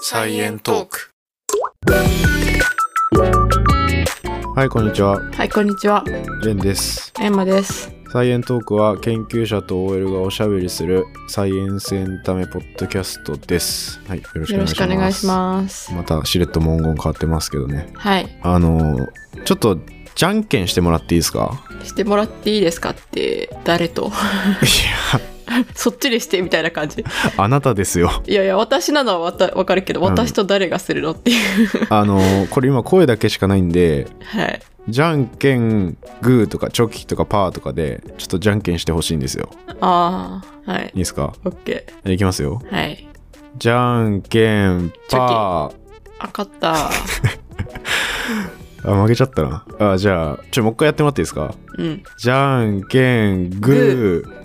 サイエントーク。はい、こんにちは。はい、こんにちは。レンです。エンマです。サイエントークは研究者と OL がおしゃべりするサイエンスエンタメポッドキャストです。はい、よろしくよろお願いししくおます。願いします。またしれっと文言変わってますけどね。はい。あのー、ちょっと、じゃんけんしてもらっていいです かしてもらっていいですかって、誰と いそっちにしてみたいな感じ。や、あなたですよ。いやいや、私なのはわたわかるけど、うん私と誰がするのっていう。 あのー、これ今声だけしかないんで、はい。じゃんけん、グーとかチョキとかパーとかで、ちょっとじゃんけんしてほしいんですよ。ああ、はいいい。ですかオッケいきますよ。ー。はい。じゃんけん、パー。あか った。あ、負けちゃったな。あ、じゃあ、ちょ、もう一回やってもらっていいですかうん。じゃんけん、グー。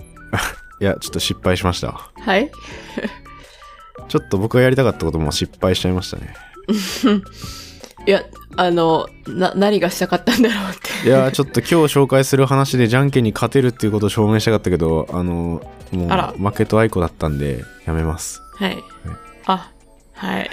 いや、ちょっと失敗しました。はい。ちょっと僕がやりたかったことも失敗しちゃいましたね。いや、あの、な、何がしたかったんだろうって。いや、ちょっと今日紹介する話でじゃんけんに勝てるっていうことを証明したかったけど、あの、もあらう、負けと愛子だったんで、やめます。 はい。あ、はい。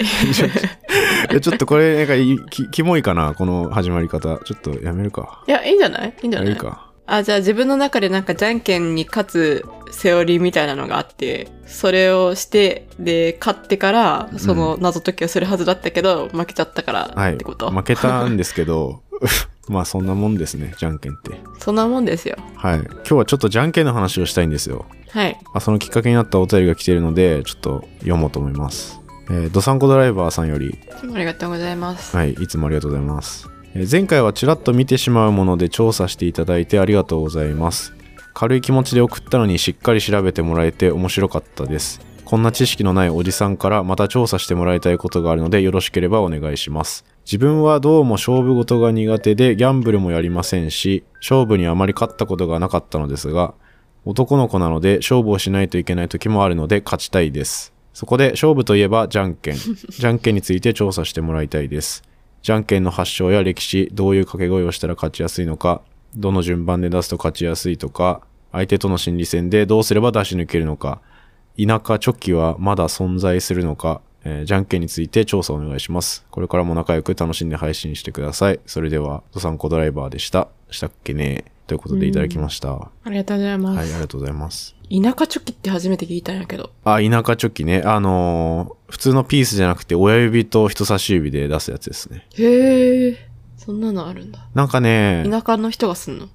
いやちょっとこれ、なんかい、きキモいかなこの始まり方。ちょっとやめるか。いや、いいんじゃないいいんじゃやないるか。あ、じゃあ自分の中でなんかじゃんけんに勝つセオリーみたいなのがあって、それをして、で、勝ってから、その謎解きをするはずだったけど、負けちゃったからはい。ってこと。負けたんですけど、 まあそんなもんですね、じゃんけんって。 そんなもんですよ。はい。今日はちょっとじゃんけんの話をしたいんですよ。はい。あそのきっかけになったお便りが来ているので、ちょっと読もうと思います。えー、どさんこドライバーさんより、ありがとうございます。はい、いつもありがとうございます。えー前回はちらっと見てしまうもので調査していただいてありがとうございます。軽い気持ちで送ったのにしっかり調べてもらえて面白かったです。こんな知識のないおじさんからまた調査してもらいたいことがあるのでよろしければお願いします。自分はどうも勝負事が苦手でギャンブルもやりませんし、勝負にあまり勝ったことがなかったのですが、男の子なので勝負をしないといけない時もあるので勝ちたいです。そこで勝負といえばじゃんけん。じゃんけんについて調査してもらいたいです。じゃんけんの発祥や歴史、どういう掛け声をしたら勝ちやすいのか、どの順番で出すと勝ちやすいとか、相手との心理戦でどうすれば出し抜けるのか、田舎チョキはまだ存在するのか、えーじゃんけんについて調査お願いします。これからも仲良く楽しんで配信してください。それでは、ドサンコドライバーでした。したっけねということでいただきました。はありがとうございい、まありす。がとうございます。田舎チョキって初めて聞いたんやけど。あ、田舎チョキね。あのー普通のピースじゃなくて親指と人差し指で出すやつですね。へえ、そんなのあるんだ。なんかね、田舎の人がすんの。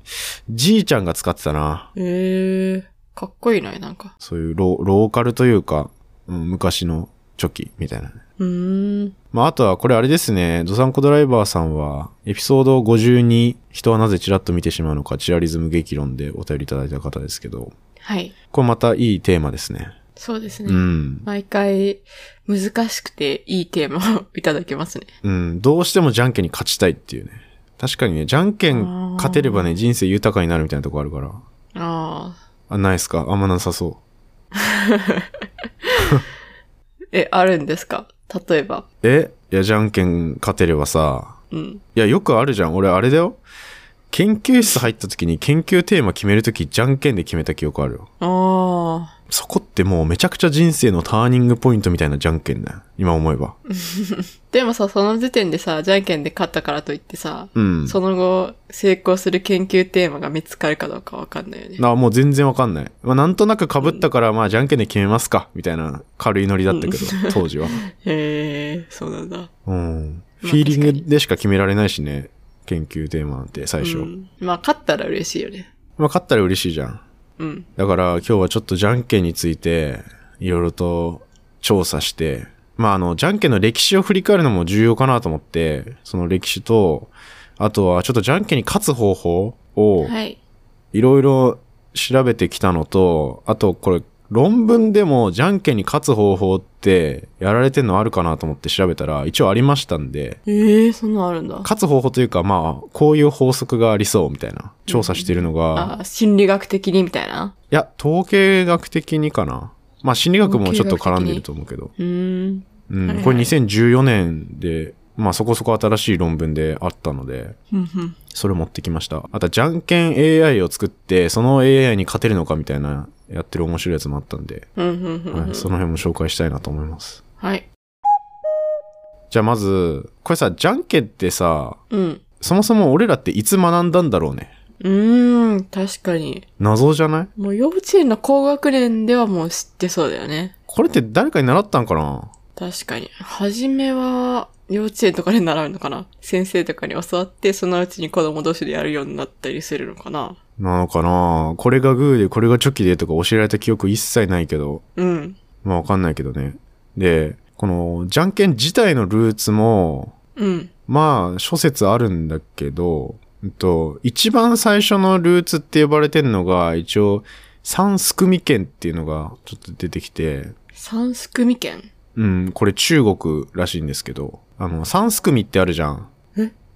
じいちゃんが使ってたな。へえ、かっこいいな、なんか。そういうロローカルというか、うん、昔のチョキみたいなね。うーん。まあ、あとはこれあれですね、ドサンコドライバーさんは、エピソード52、人はなぜチラッと見てしまうのか、チラリズム劇論でお便りいただいた方ですけど、はい。これまたいいテーマですね。そうですね。うん。毎回難しくていいテーマを いただけますね。うん、どうしてもじゃんけんに勝ちたいっていうね。確かにね、じゃんけん勝てればね、人生豊かになるみたいなとこあるから。ああ。あ、ないですかあんまなさそう。え、あるんですか例えば。えいや、じゃんけん勝てればさ、うん。いや、よくあるじゃん。俺、あれだよ。研究室入った時に研究テーマ決める時、じゃんけんで決めた記憶あるよ。ああ。そこってもうめちゃくちゃ人生のターニングポイントみたいなじゃんけんだよ。今思えば。でもさ、その時点でさ、じゃんけんで勝ったからといってさ、うん。その後成功する研究テーマが見つかるかどうかわかんないよね。あ、もう全然わかんない。まあ、なんとなく被ったから、まあ、じゃんけんで決めますか。みたいな軽いノリだったけど、当時は。へえ、そうなんだ。うん。フまあィーリングでしか決められないしね。研究テーマなんて最初。うんまあ、勝ったら嬉しいよね。まあ、勝ったら嬉しいじゃん。うん。だから今日はちょっとじゃんけんについていろいろと調査して、まああの、じゃんけんの歴史を振り返るのも重要かなと思って、その歴史と、あとはちょっとじゃんけんに勝つ方法をはい。いろいろ調べてきたのと、あとこれ論文でもじゃんけんに勝つ方法ってやられてんのあるかなと思って調べたら一応ありましたんで、ええそんなのあるんだ。勝つ方法というかまあこういう法則がありそうみたいな調査してるのが、あー心理学的にみたいな。いや、統計学的にかな。まあ心理学もちょっと絡んでると思うけど。うーん。うん、はいはいこれ2014年で、まあそこそこ新しい論文であったので、ふんふんそれ持ってきました。あと、じゃんけん AI を作って、その AI に勝てるのかみたいなやってる面白いやつもあったんで、うんうんうんうん。はい、その辺も紹介したいなと思います。はい。じゃあまず、これさ、じゃんけんってさ、うん。そもそも俺らっていつ学んだんだろうね。うーん、確かに。謎じゃないもう幼稚園の高学年ではもう知ってそうだよね。これって誰かに習ったんかな確かに。初めは、幼稚園とかで習うのかな先生とかに教わって、そのうちに子供同士でやるようになったりするのかななのかなこれがグーでこれがチョキでとか教えられた記憶一切ないけど、うん。まあわかんないけどね。で、この、じゃんけん自体のルーツも、うん。まあ、諸説あるんだけど、うんと、一番最初のルーツって呼ばれてんのが、一応、三すくみ県っていうのがちょっと出てきて、三すくみ県うん、これ中国らしいんですけど、あの、三すくみってあるじゃん。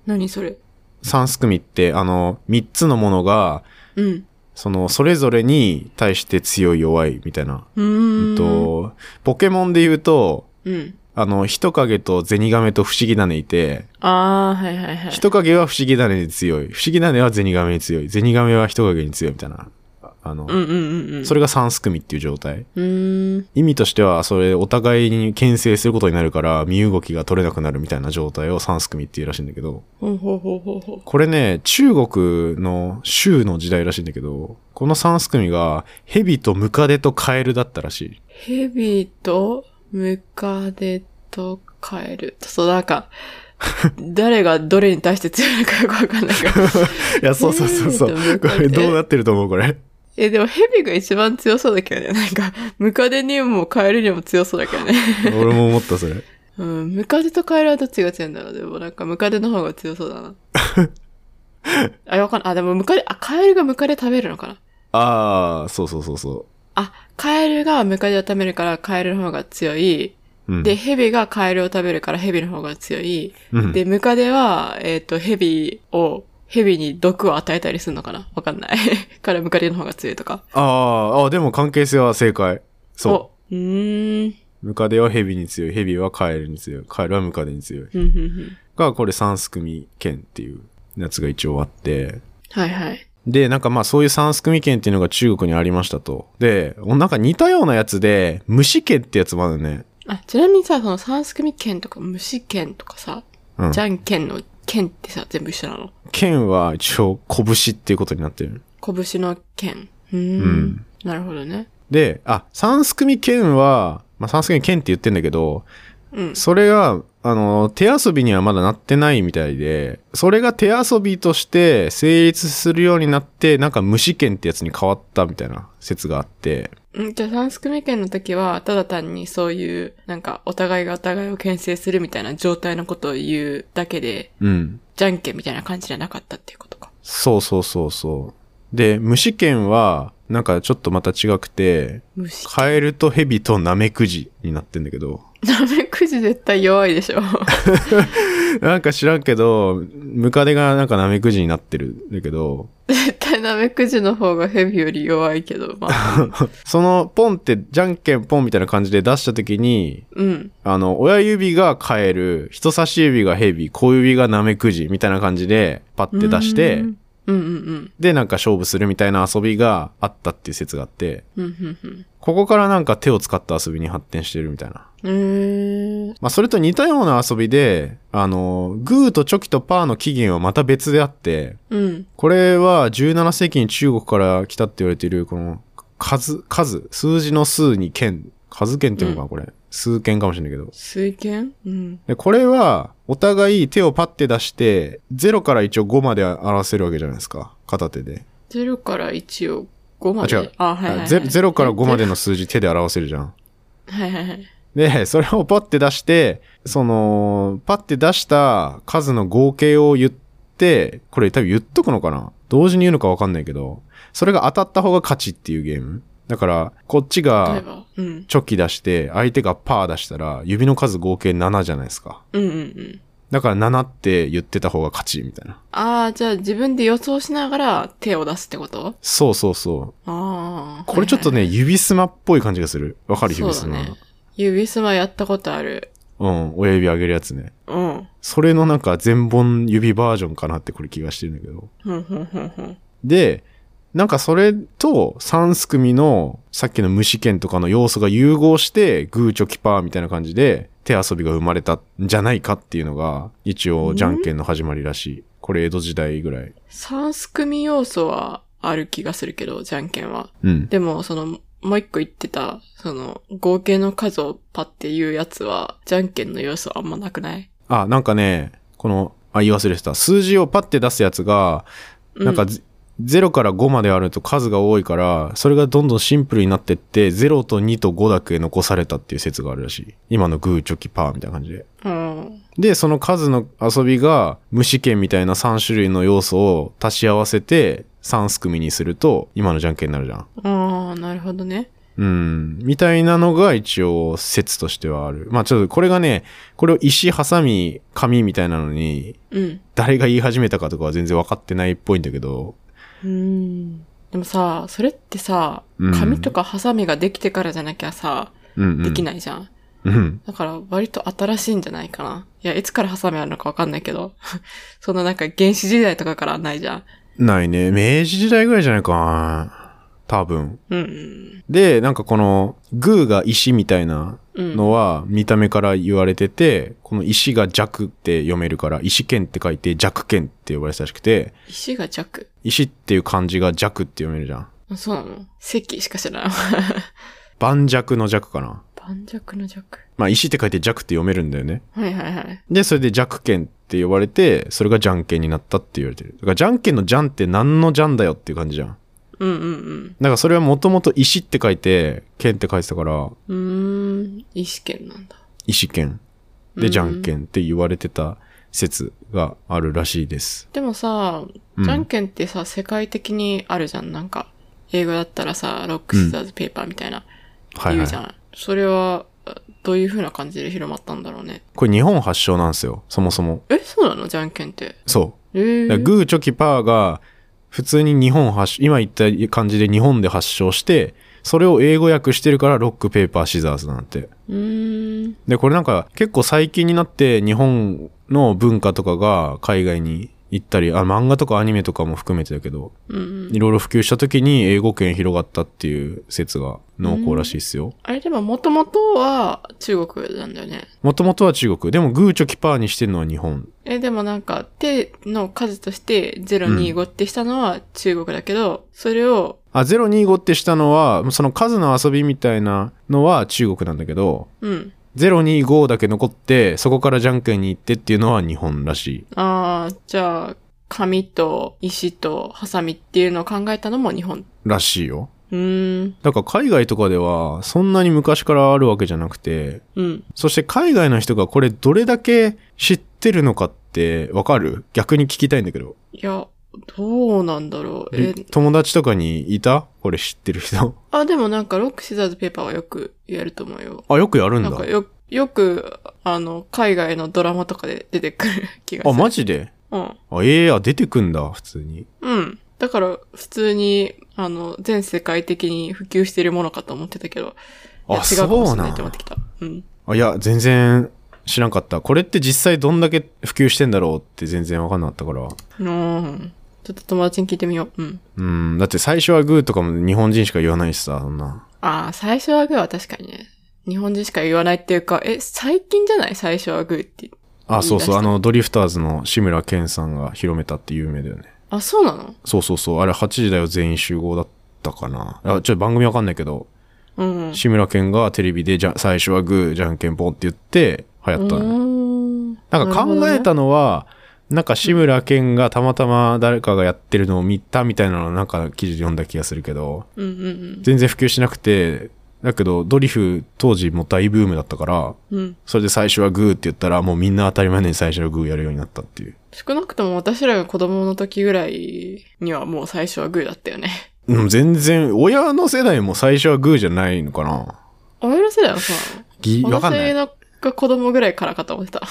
何それ三すくみって、あの、三つのものが、うん。その、それぞれに対して強い弱いみたいな。うーうんん。と、ポケモンで言うと、うん。あの、人影とゼニガメと不思議種いて、あー、はいはいはい。人影は不思議種に強い。不思議種はゼニガメに強い。ゼニガメは人影に強いみたいな。ああの、うんうんうんうん。それが三すくみっていう状態。うーん。意味としては、それお互いに牽制することになるから、身動きが取れなくなるみたいな状態を三すくみっていうらしいんだけど、ほうほうほうほうほこれね、中国の州の時代らしいんだけど、この三すくみが、蛇とムカデとカエルだったらしい。う。ヘビと、ムカデとカエル。ちょっとなん か、誰がどれに対して強いのかよくわかんないけど。いや、そうそうそう そえーう。とこれどうなってると思う これ。え、でもヘビが一番強そうだけどね。 なんか、ムカデにもカエルにも強そうだ けどね。俺も思ったそれ。うん、ムカデとカエルはどっちが強いんだろう。でもなんかムカデの方が強そう だな。あ、わかんない。あ、でもムカデ、あ、カエルがムカデ食べるのかな。ああ、そうそうそうそあ、カエルがムカデを食べるからカエルの方が強い。う。うん、で、ヘビがカエルを食べるからヘビの方が強い。うん、で、ムカデは、えっ、と、ヘビを、ヘビに毒を与えたりするのかなわかんない。 からムカデの方が強いとか。。あーあー、でも関係性は正解。そううーん。う。ムカデはヘビに強い。ヘビはカエルに強い。カエルはムカデに強い。ふんふんふんが、これ三すくみ剣っていうやつが一応あって。はいはい。で、なんかまあそういう三すくみ剣っていうのが中国にありましたと。で、なんか似たようなやつで、虫剣ってやつもあるね。あ、ちなみにさ、その三すくみ剣とか虫剣とかさ、うんじ。ゃんけんの剣ってさ、全部一緒なの。剣は一応拳っていうことになってる。拳の剣。うーん,、うんなるほどね。で、あ、三すくみ剣は、まあ三すくみ剣って言ってんだけど、うん。それが、あの、手遊びにはまだなってないみたいで、それが手遊びとして成立するようになって、なんか虫剣ってやつに変わったみたいな説があって、うんじゃあ三すくみ剣の時は、ただ単にそういう、なんか、お互いがお互いを牽制するみたいな状態のことを言うだけで、うん。じゃんけんみたいな感じじゃなかったっていうことか。そうそうそうそう。で、虫剣は、なんかちょっとまた違くて、虫。カエルとヘビとナメクジになってんだけど、ダメくじ絶対弱いでし ょ。なんか知らんけど、ムカデがなんかナメクジになってるんだけど、絶対ダメくじの方がヘビより弱いけど、まあ。 そのポンってじゃんけんポンみたいな感じで出した時に、うん。あの、親指がカエル、人差し指がヘビ、小指がナメクジみたいな感じでパッて出してう、んうんうん。で、なんか勝負するみたいな遊びがあったっていう説があって、うんうんうん。ここからなんか手を使った遊びに発展してるみたいな。うーん。まあ、それと似たような遊びで、あの、グーとチョキとパーの起源はまた別であって、うん。これは17世紀に中国から来たって言われている、この、数、数、数字の数に剣、数剣っていうのかな、これ。数剣かもしれないけど。水剣うん。で、これは、お互い手をパッて出して、0から一応5まで表せるわけじゃないですか。片手で。 0から1を5まで。あ違うあ、はいはい、はい。ゼ0から5までの数字手で表せるじゃん。はいはいはい。で、それをパッて出して、その、パッて出した数の合計を言って、これ多分言っとくのかな同時に言うのかわかんないけど、それが当たった方が勝ちっていうゲーム。だから、こっち例えがば。うん。チョキ出して、相手がパー出したら、指の数合計7じゃないですか。うんうんうん。だから7って言ってた方が勝ちみたいな。ああ、じゃあ自分で予想しながら手を出すってことそうそうそう。ああ。これちょっとはいね、指すまっぽい感じがする。わかはいる指すそうま。だね。指すまやったことある。うん、親指上げるやつね。うん。それのなんか全本指バージョンかなってこれ気がしてるんだけど。ふんふんふんふん。で、なんかそれと3すくみのさっきの無試験とかの要素が融合してグーチョキパーみたいな感じで手遊びが生まれたんじゃないかっていうのが一応じゃんけんの始まりらしい。これ江戸時代ぐらい。三すくみ要素はある気がするけど、じゃんけんは。うん。でも、その、もう一個言ってた、その、合計の数をパっていうやつは、じゃんけんの要素あんまなくないあ、なんかね、この、あ、言い忘れてた。数字をパッて出すやつが、なんか、うぜ0から5まであると数が多いから、それがどんどんシンプルになってって、0と2と5だけ残されたっていう説があるらしい。今のグーチョキパーみたいな感じで。うん。で、その数の遊びが、無試験みたいな3種類の要素を足し合わせて、3すくみにすると、今のじゃんけんになるじゃん。ああ、なるほどね。うん。みたいなのが一応説としてはある。まあちょっとこれがね、これを石、ハサミ、紙みたいなのに、うん。誰が言い始めたかとかは全然分かってないっぽいんだけど、うーん。でもさ、それってさ、うん紙とかハサミができてからじゃなきゃさ、うん、うん。できない。ないじゃん。うん。だから、割と新しいんじゃないかな。いや、いつからハサミあるのかわかんないけど。 そんななんか原始時代とかからはないじゃん。ないね。明治時代ぐらいじゃないかな。多分。うんで、なんかこの、グーが石みたいなうん。うん。のは見た目から言われてて、この石が弱って読めるから、石剣って書いて弱剣って呼ばれてたらしくて、石が弱。石っていう漢字が弱って読めるじゃん。あそうなの石しか知らない。 盤弱の弱かな。盤石の弱。まあ石って書いて弱って読めるんだよね。はいはいはい。で、それで弱剣って呼ばれて、それがじゃんけんになったって言われてる。だからじゃんけんのじゃんって何のじゃんだよっていう感じじゃん。うんうんだからそれはもともと石って書いて、剣って書いてたから、うん。うーん。石剣なんだ。石剣うでんじゃんけんって言われてた説があるらしいです。でもさ、うんじゃんけんってさ、世界的にあるじゃん。なんか、英語だったらさ、ロック、シザーズ、ペーパーみたいな、はい、言はうじゃい。ん。それは、あどういう風な感じで広まったんだろうね。これ日本発祥なんですよ、そもそも。え、そうなのじゃんけんって。そえう。ー、だからグーチョキパーが、普通に日本発祥、今言った感じで日本で発祥して、それを英語訳してるからロック、ペーパー、シザーズなんて。うーん。で、これなんか結構最近になって日本の文化とかが海外に行ったり、あ、漫画とかアニメとかも含めてだけど、うんうん。いろいろ普及した時に英語圏広がったっていう説が濃厚らしいっすよ。あれでも、もともとは中国なんだよね。もともとは中国。でもグーチョキパーにしてるのは日本。え、でもなんか、手の数として025ってしたのは中国だけど、それを、あ、025ってしたのは、その数の遊びみたいなのは中国なんだけど、うん。 025だけ残って、そこからじゃんけんに行ってっていうのは日本らしい。ああ、じゃあ、紙と石とハサミっていうのを考えたのも日本。らしいよ。うーん。だから海外とかでは、そんなに昔からあるわけじゃなくて、うん。そして海外の人がこれどれだけ知ってるのかってわかる逆に聞きたいんだけど。いや、どうなんだろう。え、友達とかにいたこれ知ってる人。 あ、でもなんか、ロック、シザーズ、ペーパーはよくやると思うよ。あ、よくやるんなだ。んかよ、よく、あの、海外のドラマとかで出てくる気がすあ、る。マジでうん。あ、ええあ、出てくんだ、普通に。うん。だから、普通に、あの、全世界的に普及してるものかと思ってたけど、いやあ、違うかもそしれなうないって思んってきた。うん。あ、いや、全然知らんかった。これって実際どんだけ普及してんだろうって全然わかんなかったから。うん。ちょっと友達に聞いてみよう。うん。うん、だって最初はグーとかも日本人しか言わないしさ、そんな。ああ、最初はグーは確かにね。日本人しか言わないっていうか、え、最近じゃない最初はグーって。あ、そ言いう出しそう、たあの、ドリフターズの志村けんさんが広めたって有名だよね。あ、そうなのそうそうそう、あれ8時だよ全員集合だったかな。あ、ちょっと番組わかんないけど、うん。志村けんがテレビでじゃ、最初はグー、じゃんけんぽんって言って流行ったのよ。なんか考えたたのは、なんか志村けんがたまたま誰かがやってるのを見たみたいなのをなんか記事で読んだ気がするけど、うんうん全然普及しなくて、だけどドリフ当時もう大ブームだったから、うん。うん。それで最初はグーって言ったらもうみんな当たり前のように最初はグーやるようになったっていう。少なくとも私らが子供の時ぐらいにはもう最初はグーだったよね。 うん、全然、親の世代も最初はグーじゃないのかな親の世代はそうぎ、なのわかんない私。のが子供ぐらいからかと思って た。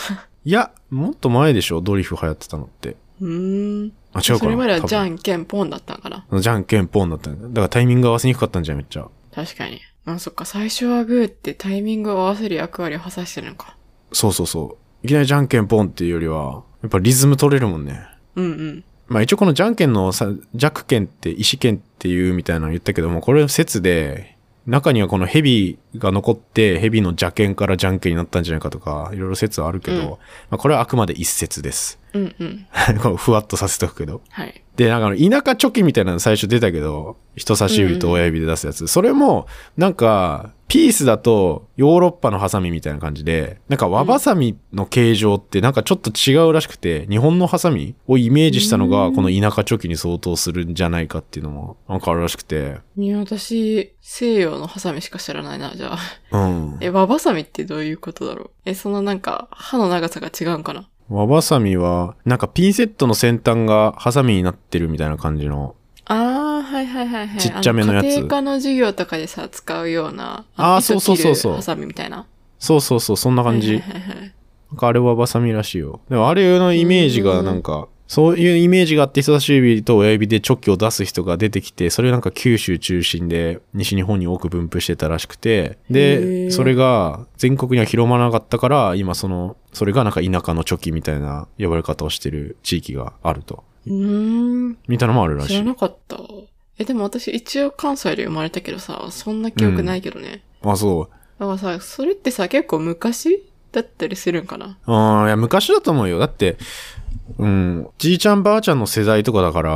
いや、もっと前でしょ、ドリフ流行ってたのって。うーん。あ、違うかな。それまではじゃん。んけんポンだったんかな。じゃんけんポンだったんだ。だからタイミング合わせにくかったんじゃん、めっちゃ。確かに。あ、そっか。最初はグーってタイミングを合わせる役割を果たしてるのか。そうそうそう。いきなりじゃんけんポンっていうよりは、やっぱリズム取れるもんね。うんうん。まあ一応このじゃんけんのさ弱剣って石剣っていうみたいなの言ったけども、これ説で、中にはこのヘビが残って、ヘビの邪剣からじゃんけんになったんじゃないかとか、いろいろ説はあるけど、うんまあこれはあくまで一説です。 うんうん。こうふわっとさせとくけど。はい。で、なんかあの田舎チョキみたいなの最初出たけど、人差し指と親指で出すやつ。それも、なんか、ピースだとヨーロッパのハサミみたいな感じで、なんか和バサミの形状ってなんかちょっと違うらしくて、日本のハサミをイメージしたのが、うんこの田舎チョキに相当するんじゃないかっていうのも、なんかあるらしくて。いや私、西洋のハサミしか知らないな、じゃあ。うん。え、和バサミってどういうことだろうえ、そのなんか、歯の長さが違うんかな和バサミは、なんかピンセットの先端がハサミになってるみたいな感じの。あー、はいはいはいはい。ちっちゃめのやつあ家庭科の授業とかでさ、使うような。あー糸そうそうそうそう切るハサミみたいな。そうそうそう、そんな感はじ。いはいはいはいなんかあれはバサミらしいよ。でもあれのイメージがなんか、そういうイメージがあって人差し指と親指でチョキを出す人が出てきて、それをなんか九州中心で西日本に多く分布してたらしくて、へで、ーそれが全国には広まらなかったから、今その、それがなんか田舎のチョキみたいな呼ばれ方をしてる地域があると。うーん。みたいなのもあるらし知いら。なかった。え、でも私一応関西で生まれたけどさ、そんな記憶ないけどね。あ、そう。だからさ、それってさ、結構昔だったりするんかなうん、いや、昔だと思うよ。だって、うん、じいちゃんばあちゃんの世代とかだから、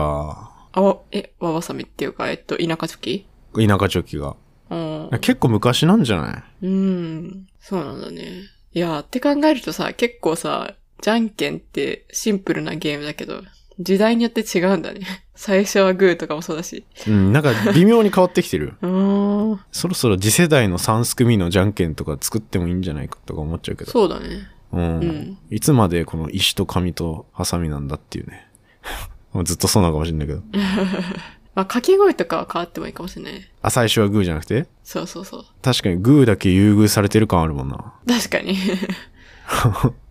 あ、わえ、和わさみっていうか、えっと、田舎チョキ田舎チョキが。うん。結構昔なんじゃないうん。そうなんだね。いやー、って考えるとさ、結構さ、じゃんけんってシンプルなゲームだけど、時代によって違うんだね。 最初はグーとかもそうだし。。うん、なんか微妙に変わってきてるうーん。そろそろ次世代の三すくみのじゃんけんとか作ってもいいんじゃないかとか思っちゃうけど。そうだね。 うん。うんいつまでこの石と紙とハサミなんだっていうね。 もうずっとそうなのかもしれないけど。まあ、掛け声とかは変わってもいいかもしれない。あ、最初はグーじゃなくてそうそうそう。確かにグーだけ優遇されてる感あるもんな。確かに。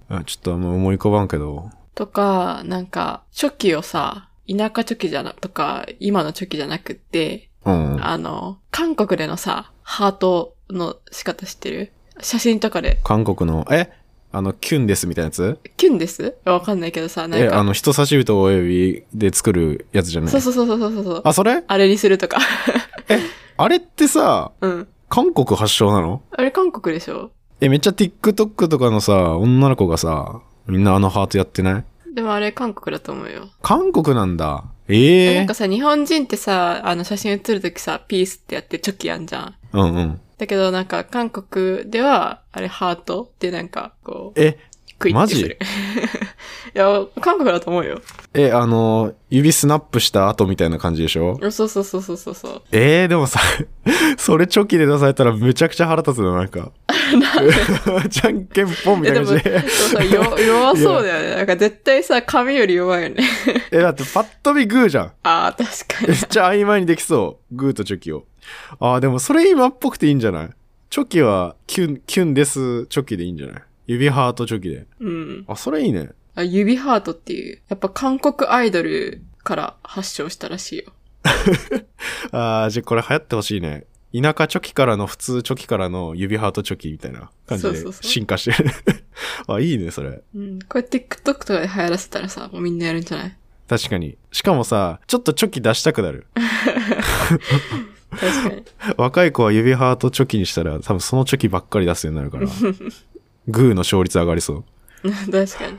あちょっとあんま思い浮かばんけど。とか、なんか、チョキをさ、田舎チョキじゃな、とか、今のチョキじゃなくって、うん。あの、韓国でのさ、ハートの仕方知ってる写真とかで、韓国の、えあの、キュンですみたいなやつキュンですわかんないけどさ、なえ、んあか、の、人差し指と親指で作るやつじゃないそうそうそうそうそうそう。あ、それあれにするとか。 あれってさ、うん。韓国発祥なのあれ韓国でしょえ、めっちゃ TikTok とかのさ、女の子がさ、みんなあのハートやってないでもあれ韓国だと思うよ。韓国なんだ。ええなえんかさ、日本人ってさ、あの写真写るときさ、ピースってやってチョキやんじゃん。うんうん。だけどなんか韓国では、あれハートってなんか、こう、え、クイッてする。 いや、韓国だと思うよ。え、あの、指スナップした後みたいな感じでしょそうそうそうそうそうそう。えー、でもさ、 それチョキで出されたらめちゃくちゃ腹立つの、なんか。 じゃんけんぽんみえ、たいでなも、で感じでも。さ、弱弱そうだよね。なんか絶対さ、髪より弱いよね。 え、だってパッと見グーじゃん。ああ、確かめ にっ。ちゃ曖昧にできそう。グーとチョキを。あー、でもそれ今っぽくていいんじゃないチョキは、キュン、キュンです、チョキでいいんじゃない指ハートチョキで。うん。あ、それいいね。あ、指ハートっていう、やっぱ韓国アイドルから発祥したらしいよ。あー、じゃあこれ流行ってほしいね。田舎チョキからの普通チョキからの指ハートチョキみたいな感じでそうそうそう進化してる。 あ、いいね、それ。うん。これ TikTok とかで流行らせたらさ、もうみんなやるんじゃない確かに。しかもさ、ちょっとチョキ出したくなる。確かに。若い子は指ハートチョキにしたら、多分そのチョキばっかり出すように なるから。グーの勝率上がりそう。確かに。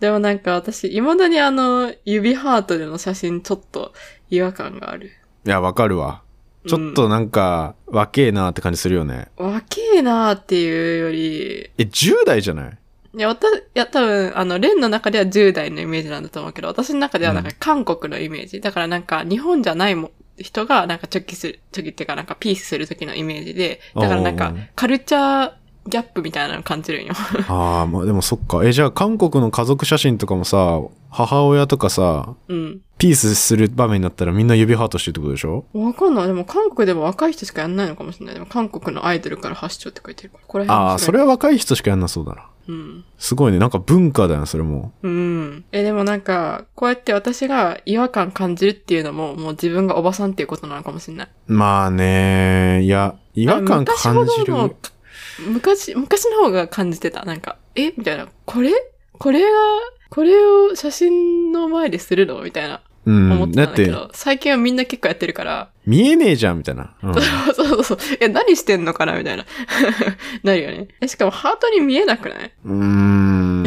でもなんか私、未だにあの、指ハートでの写真ちょっと違和感がある。いや、わかるわ。ちょっとなんか、若えなって感じするよね。若えなーっていうより、え、10代じ ゃないいや、私、いや、多分、あの、レンの中では10代のイメージなんだと思うけど、私の中ではなんかう韓国のイメージ。だからなんか、日本じゃないも人がなんかチョキする、チョキっていうかなんかピースする時のイメージで、だからなんおかうおうおう、カルチャーギャップみたいなの感じるんよ。 ああ、まあでもそっか。え、じゃあ韓国の家族写真とかもさ、母親とかさ、うん。ピースする場面になったらみんな指ハートしてるってことでしょわかんない。でも韓国でも若い人しかやんないのかもしれない。でも韓国のアイドルから発祥って書いてるから。ここら辺ああ、それは。は若い人しかやんなそうだな。うん。すごいね。なんか文化だよ、それも。うん。え、でもなんか、こうやって私が違和感感じるっていうのも、もう自分がおばさんっていうことなのかもしれない。まあね、いや、違和感感じあ昔ほどるの。昔、昔の方が感じてた。なんか、えみたいな。これこれがこれを写真の前でするのみたいなう思っん。てだたんだっけてど、、最近はみんな結構やってるから、 見えねえじゃんみたいな。うん、そうそうそう、え、何してんのかなみたいな。 なるよね。えしかもハートに見えなくないうー ん。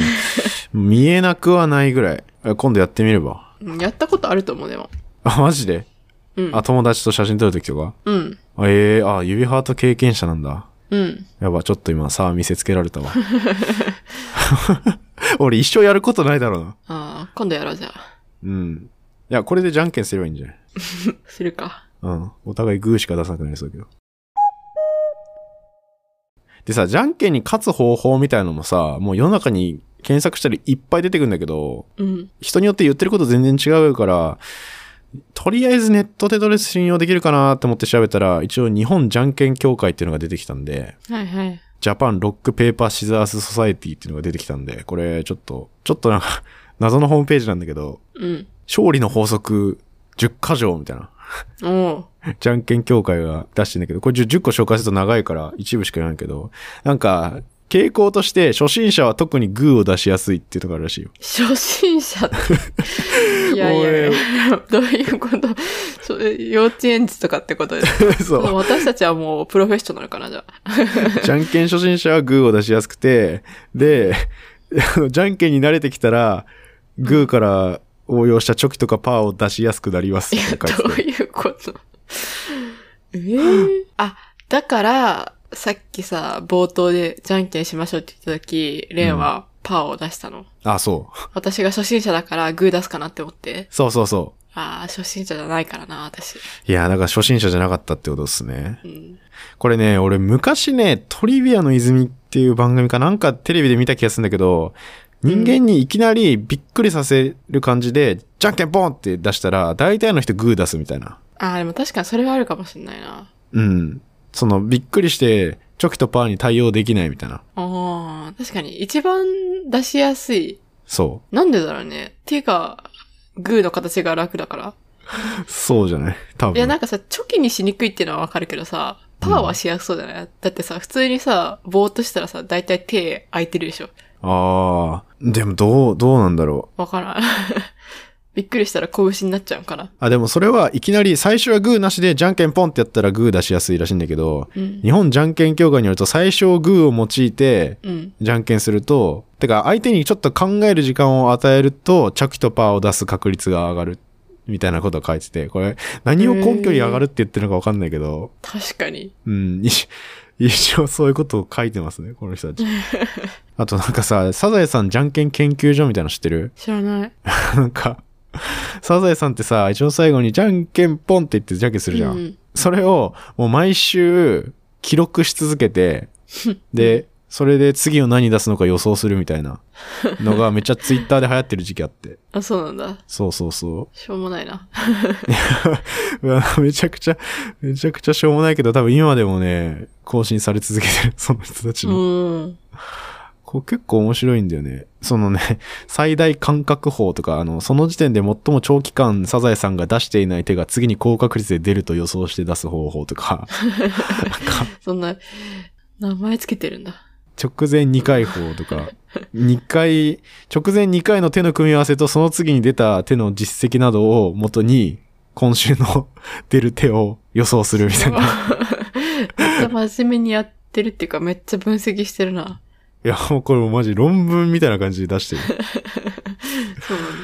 見えなくはないぐらい。え今度やってみれば。うんやったことあると思う、でも。あ、マジでうんあ、。友達と写真撮るときとかうん。あええあ、指ハート経験者なんだ。うん。やば、ちょっと今、さあ見せつけら れたわ。 俺一生やることないだろうな。ああ、今度やろう、じゃあ。うん。いや、これでじゃんけんすればいいんじゃないするか。うん。お互いグーしか出さなくなりそうだけど。でさ、じゃんけんに勝つ方法みたいのもさ、もう世の中に検索したりいっぱい出てくるんだけど、うん。人によって言ってること全然違うから、とりあえずネットでどれ信用できるかなと思って調べたら、一応日本じゃんけん協会っていうのが出てきたんで、はいはい。ジャパンロックペーパーシザースソサエティっていうのが出てきたんで、これちょっと、ちょっとなんか 謎のホームページなんだけど、うん。勝利の法則10箇条みたいな、おおじゃんけん協会が出してんだけど、これ 10, 10個紹介すると長いから一部しか言わないけど、なんか、傾向として初心者は特にグーを出しやすいっていうところあるらしい よ。初心者って。 いやいやいや、どういうことそれ幼稚園児とかってことですかそう。私たちはもうプロフェッショナルかな、じゃあ。じゃんけん初心者はグーを出しやすくて、で、あのじゃんけんに慣れてきたら、グーから応用したチョキとかパーを出しやすくなりますいって書や、いてどうて。いうことええあ、だから、さっきさ、冒頭でじゃんけんしましょうって言った時、レンはパーを出したの。あ、そう。私が初心者だからグー出すかなって思って。そうそうそう。ああ、初心者じゃないからな、私。いや、だから初心者じゃなかったってことですね。うん。これね、俺昔ね、トリビアの泉っていう番組かなんかテレビで見た気がするんだけど、人間にいきなりびっくりさせる感じで、じゃんけんポンって出したら、大体の人グー出すみたいな。ああ、でも確かにそれはあるかもしれないな。うん。その、びっくりして、チョキとパーに対応できないみたいな。ああ、確かに一番出しやすい。そなんでだろうね。っていうか、グーの形が楽だから。う。そうじゃない多分。いや、なんかさ、チョキにしにくいっていうのはわかるけどさ、パーはしやすそうじゃない、だってさ、普通にさ、ぼーっとしたらさ、だいたい手空いてるでしょ。あー。でも、どう、どうなんだろう。わからん。 びっくりしたら拳になっちゃうから。あ、でもそれはいきなり、最初はグーなしで、じゃんけんポンってやったらグー出しやすいらしいんだけど、うん。日本じゃんけん協会によると最小グーを用いてうん。じゃんけんするとてか相手にちょっと考える時間を与えるとチャキとパーを出す確率が上がるみたいなことを書いててこれ何を根拠に上がるって言ってるのか分かんないけど、確かに。うん 一一応そういうことを書いてますねこの人たちあとなんかさサザエさんじゃんけん研究所みたいなの知ってる知らない。なんかサザエさんってさ一応最後にじゃんけんポンって言ってじゃんけんするじゃうんん。それをもう毎週記録し続け て、で、それで次を何出すのか予想するみたいなのがめっちゃツイッターで流行ってる時期あって。あ、そうなんだ。そうそうそしょうもないな。う。う わめちゃくちゃ、めちゃくちゃしょうもないけど、多分今でもね、更新され続けてる、 その人た ちうの。ん。こう結構面白いんだよね。そのね、最大間隔法とか、あの、その時点で最も長期間サザエさんが出していない手が次に高確率で出ると予想して出す方法とか、そんな、名前つけてるんだ。直前2回法とか2回直前2回の手の組み合わせとその次に出た手の実績などを元に今週の 出る手を予想するみたいな。めっちゃ真面目にやってるっていうか、めっちゃ分析してるな。いや、もうこれマジ論文みたいな感じで出してる。そうな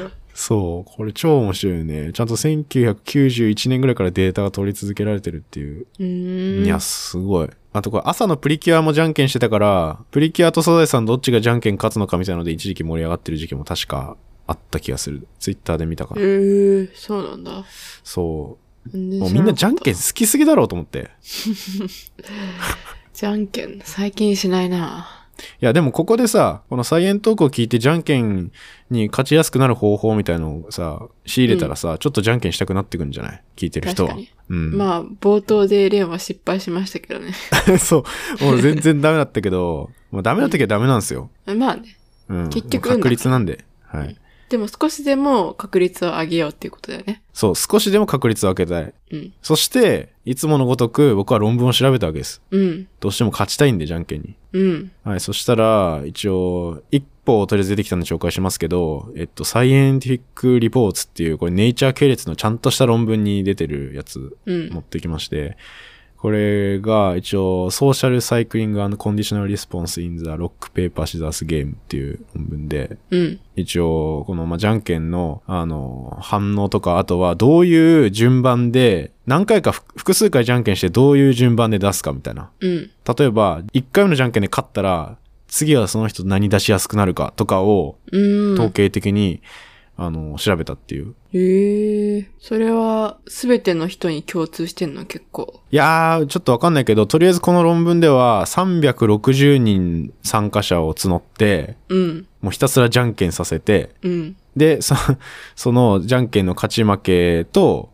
んだ。そう。これ超面白いよね。ちゃんと1991年ぐらいからデータが取り続けられてるっていう。うーん。いや、すごい。あとこれ朝のプリキュアもじゃんけんしてたから、プリキュアとサザエさんどっちがじゃんけん勝つのかみたいので一時期盛り上がってる時期も確かあった気がする。ツイッターで見たかえら。ー、そうなんだ。そ全う。然もう知みらんかなったじゃんけん好きすぎだろうと思って。じゃんけん、最近しないな。いや、でもここでさ、このサイエントークを聞いてじゃんけんに勝ちやすくなる方法みたいのをさ、仕入れたらさ、ちょっとじゃんけんしたくなってくんじゃない聞いてる人は確か。うん。まあ、冒頭でレンは失敗しましたけどね。 そう。もう全然ダメだったけど、 まあダメな時はダメなんですよ。まあね。うん。結局もう確率なんで。はい。でも少しでも確率を上げようっていうことだよね。そう、少しでも確率を上げたい。うん。そして、いつものごとく僕は論文を調べたわけです。うん。どうしても勝ちたいんで、じゃんけんに。うん。はい、そしたら、一応、1本をとりあえず出てきたんで紹介しますけど、えっと、サイエンティフィック・リポーツっていう、これネイチャー系列のちゃんとした論文に出てるやつうん持ってきまして、これが一応、ソーシャルサイクリングコンディショナルリスポンスインザロックペーパーシザースゲームっていう論文で、うん一応、この、まあ、じゃんけんの、あの、反応とか、あとはどういう順番で、何回か複複数回じゃんけんしてどういう順番で出すかみたいな。うん例えば、1回目のじゃんけんで勝ったら、次はその人何出しやすくなるかとかをうん統計的に、あの、調べたっていう。へえそれは全ての人に共通してんの結構いやー、ちょっとわかんないけど、とりあえずこの論文では360人参加者を募って、うんもうひたすらじゃんけんさせて、うんで、そ そのじゃんけんの勝ち負けと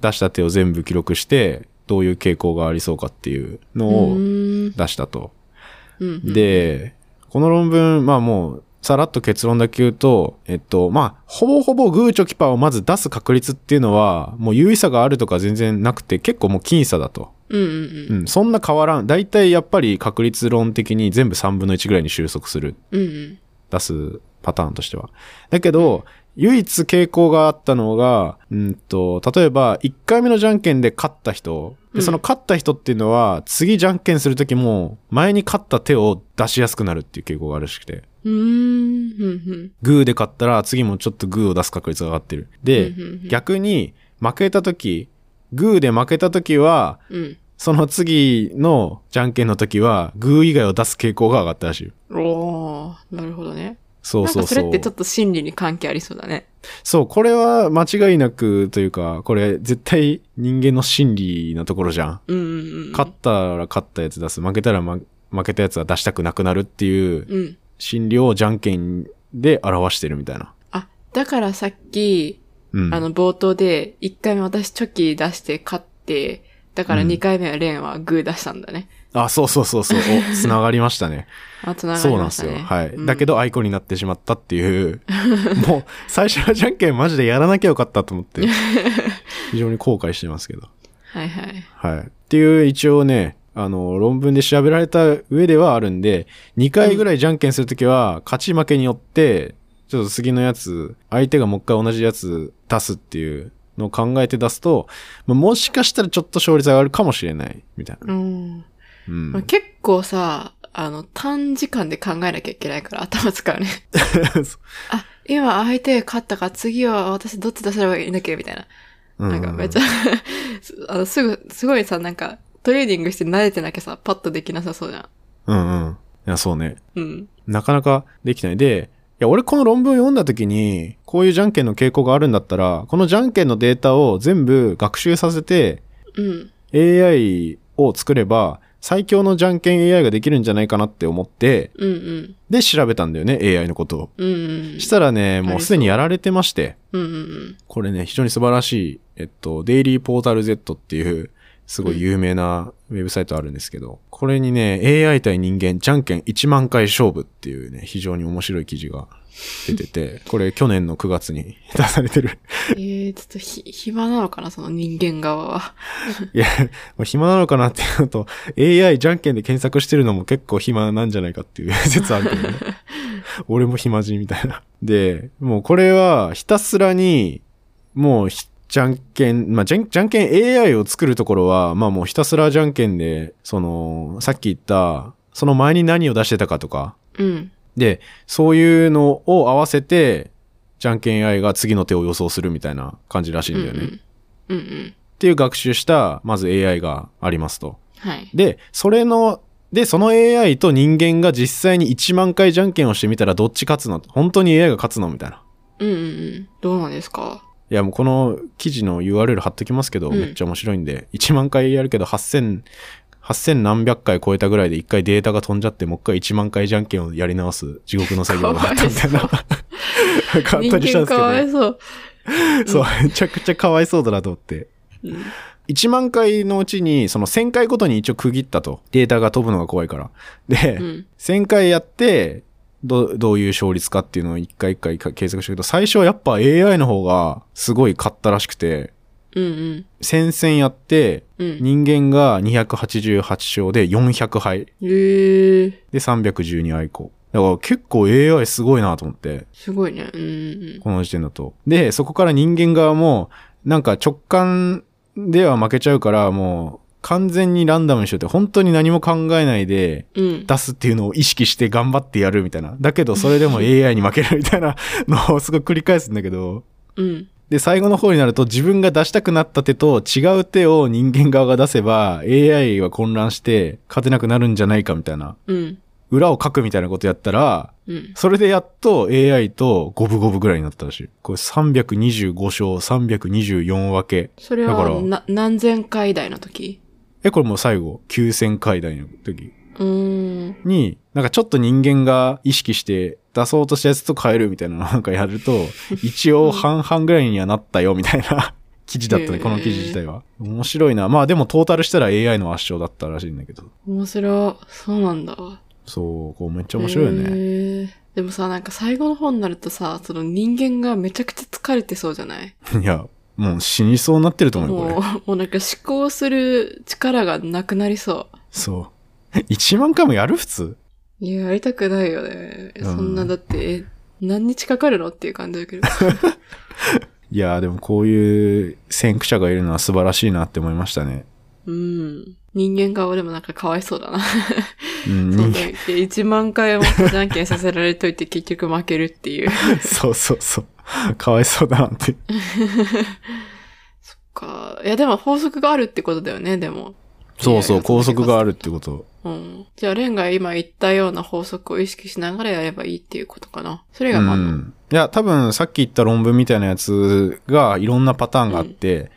出した手を全部記録して、どういう傾向がありそうかっていうのうをーん出したと。うんで、この論文、まあもう、さらっと結論だけ言うと、えっと、まあ、ほぼほぼグーチョキパーをまず出す確率っていうのは、もう優位差があるとか全然なくて、結構もう僅差だと。うんうんううんん、そんな変わらん。大体やっぱり確率論的に全部3分の1ぐらいに収束する。うんうん出すパターンとしては。だけど、唯一傾向があったのが、うんと、例えば、1回目のじゃんけんで勝った人、うんでその勝った人っていうのは、次じゃんけんするときも、前に勝った手を出しやすくなるっていう傾向があるらしくて、うーんうんうんグーで勝ったら、次もちょっとグーを出す確率が上がってる。で、うんうんうん逆に、負けたとき、グーで負けたときは、うんその次のじゃんけんの時は、グー以外を出す傾向が上がったらしい。おーなるほどねそうそなうそう。んかそれってちょっと心理に関係ありそうだねそう、これは間違いなくというか、これ絶対人間の心理なところじゃん。うんうんうん勝ったら勝ったやつ出す、負けたら、ま、負けたやつは出したくなくなるっていううん心理をじゃんけんで表してるみたいな。あだからさっきうん。あの、冒頭で、1回目私チョキ出して勝って、だからうん2回目はレンはグー出したんだね。あ、そうそうそうそう。 お、つながりましたね。あ、繋がそうりなんまでしたすね。よ。はい。うんだけ、ど、アイコンになってしまったっ ていう、もう、最初のじゃんけんマジでやらなきゃよかったと思 って、非常に後悔してますけど。はいはい。はい。っていう一応ね、あの、論文で調べられた上ではあるんで、2回ぐらいじゃんけんするときは、勝ち負けによって、ちょっと次のやつ、相手がもう一回同じやつ出すっていうのを考えて出すと、まあもしかしたらちょっと勝率上がるかもしれない、みたいな。うん。うまあん。結構さ、あの、短時間で考えなきゃいけないから頭使うね。 あ、今相手が勝ったから次は私どっち出せばいいんだっけみたいな。ななんかめっちゃ、 あの、すぐ、すごいさ、なんか、トレーニングして慣れてなきゃさ、パッとできなさそうじゃん。うんうん。いや、そうね。うん。なかなかできない。で、いや、俺この論文を読んだ時に、こういうじゃんけんの傾向があるんだったら、このじゃんけんのデータを全部学習させて、うん。 AI を作れば、最強のじゃんけん AI ができるんじゃないかなって思って、うんうん。で、調べたんだよね、AI のことを。うんうん。したらね、んもうすでにやられてまして、うんうんうん。これね、非常に素晴らしい、えっと、デイリーポータル Z っていう、すごい有名なウェブサイトあるんですけど、これにね、AI 対人間、じゃんけん1万回勝負っていうね、非常に面白い記事が出てて、これ去年の9月に 出されてる。えー、ちょっとひ、暇なのかな、その人間側は。いや、もう暇なのかなっていうのと、AI じゃんけんで検索してるのも結構暇なんじゃないかっていう 説あるけどね。俺も暇人みたいな。で、もうこれはひたすらに、もうひじゃんけん、まあ、じゃん、じゃんけん AI を作るところは、まあもうひたすらじゃんけんで、その、さっき言った、その前に何を出してたかとか、うん。で、そういうのを合わせて、じゃんけん AI が次の手を予想するみたいな感じらしいんだよね。っうんうん。うんうん。ていう学習した、まず AI がありますと。はい。で、それの、で、その AI と人間が実際に1万回じゃんけんをしてみたらどっち勝つの本当に AI が勝つのみたいな。うんうんうん。どうなんですかいや、もうこの記事の URL 貼っときますけど、うんめっちゃ面白いんで、1万回やるけど8000、8000何百回超えたぐらいで一回データが飛んじゃって、もう一回1万回じゃんけんをやり直す地獄の作業があったみたいな。かわなん かあっ人たりしたん間ですけかわどいそう。そう、めちゃくちゃかわいそうだなと思って。うん1万回のうちに、その1000回ごとに一応区切ったと。データが飛ぶのが怖いから。で、うん。 1000回やって、ど、どういう勝率かっていうのを一回一回か計測したけど、最初はやっぱ AI の方がすごい勝ったらしくて、うんうん。戦々やって、うん。人間が288勝で400敗。えー。で、312愛好。だから結構 AI すごいなと思って、すごいね。うん。この時点だと。で、そこから人間側も、なんか直感では負けちゃうから、もう完全にランダムにしようって、本当に何も考えないで、うん。出すっていうのを意識して頑張ってやるみたいな。だけどそれでも AI に負けるみたいな のをすごい繰り返すんだけど。うん。で、最後の方になると自分が出したくなった手と違う手を人間側が出せば AI は混乱して勝てなくなるんじゃないかみたいな。うん。裏を書くみたいなことやったら、うん。それでやっと AI と五分五分ぐらいになったらしい。これ325勝324分け。それだからは、な、何千回台の時え、これもう最後、9000回台の時。うーん。に、なんかちょっと人間が意識して出そうとしたやつと変えるみたいなのなんかや ると、一応半々ぐらいにはなったよみたいな 記事だったね、へーこの記事自体は。面白いな。まあでもトータルしたら AI の圧勝だったらしいんだけど。面白い。そうなんだ。そう、こうめっちゃ面白いよへね。ーでもさ、なんか最後の方になるとさ、その人間がめちゃくちゃ疲れてそうじゃないいや、もう死にそうになってると思うよ、もこれ。う、もうなんか思考する力がなくなりそそう。1万 回もやる普通う。いや、やりたくないよね。うんそんな、だって、え何日かかるのっていう感じだ けど。いや、でもこういう先駆者がいるのは素晴らしいなって思いましたね。うん。人間側でもなんかかわいそうだな。う ん、そう人だよ。1万回もじゃんけんさせられといて結局負けるっていう。間 そうそうそう。かわいそうだなって。そっか。いや、でも法則があるってことだよね、でも。そうそ、いうや拘束があるってこと。うん。じゃあ、レンが今言ったような法則を意識しながらやればいいっていうことかな。それがまあ、うん、いや多分さっき言った論文みたいなやつがいろんなパターンがあって、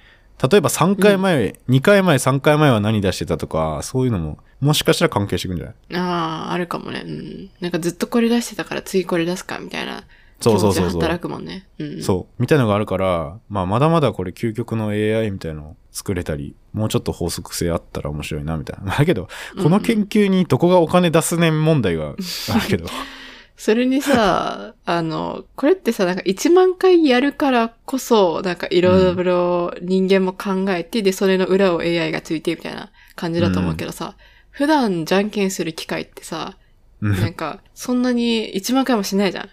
例えば3回前、2回前3回前は何出してたとかそういうのももしかしたら関係してくんじゃないああ、あるかもね。うん。なんかずっとこれ出してたから次これ出すか、みたいな。そうそう気そう持ちそで働う。くもんね。うん。そう。みたいのがあるから、まあ、まだまだこれ究極の AI みたいのを作れたり、もうちょっと法則性あったら面白いな、みたいな。 だけど、うんこの研究にどこがお金出すねん問題があるけど。それに さ、あの、これってさ、なんか1万回やるからこそ、なんかいろいろ人間も考えて、で、それの裏を AI がついてみたいな感じだと思うけどさ、普段じゃんけんする機会ってさ、うんなんか、そんなに1万回もしない じゃん。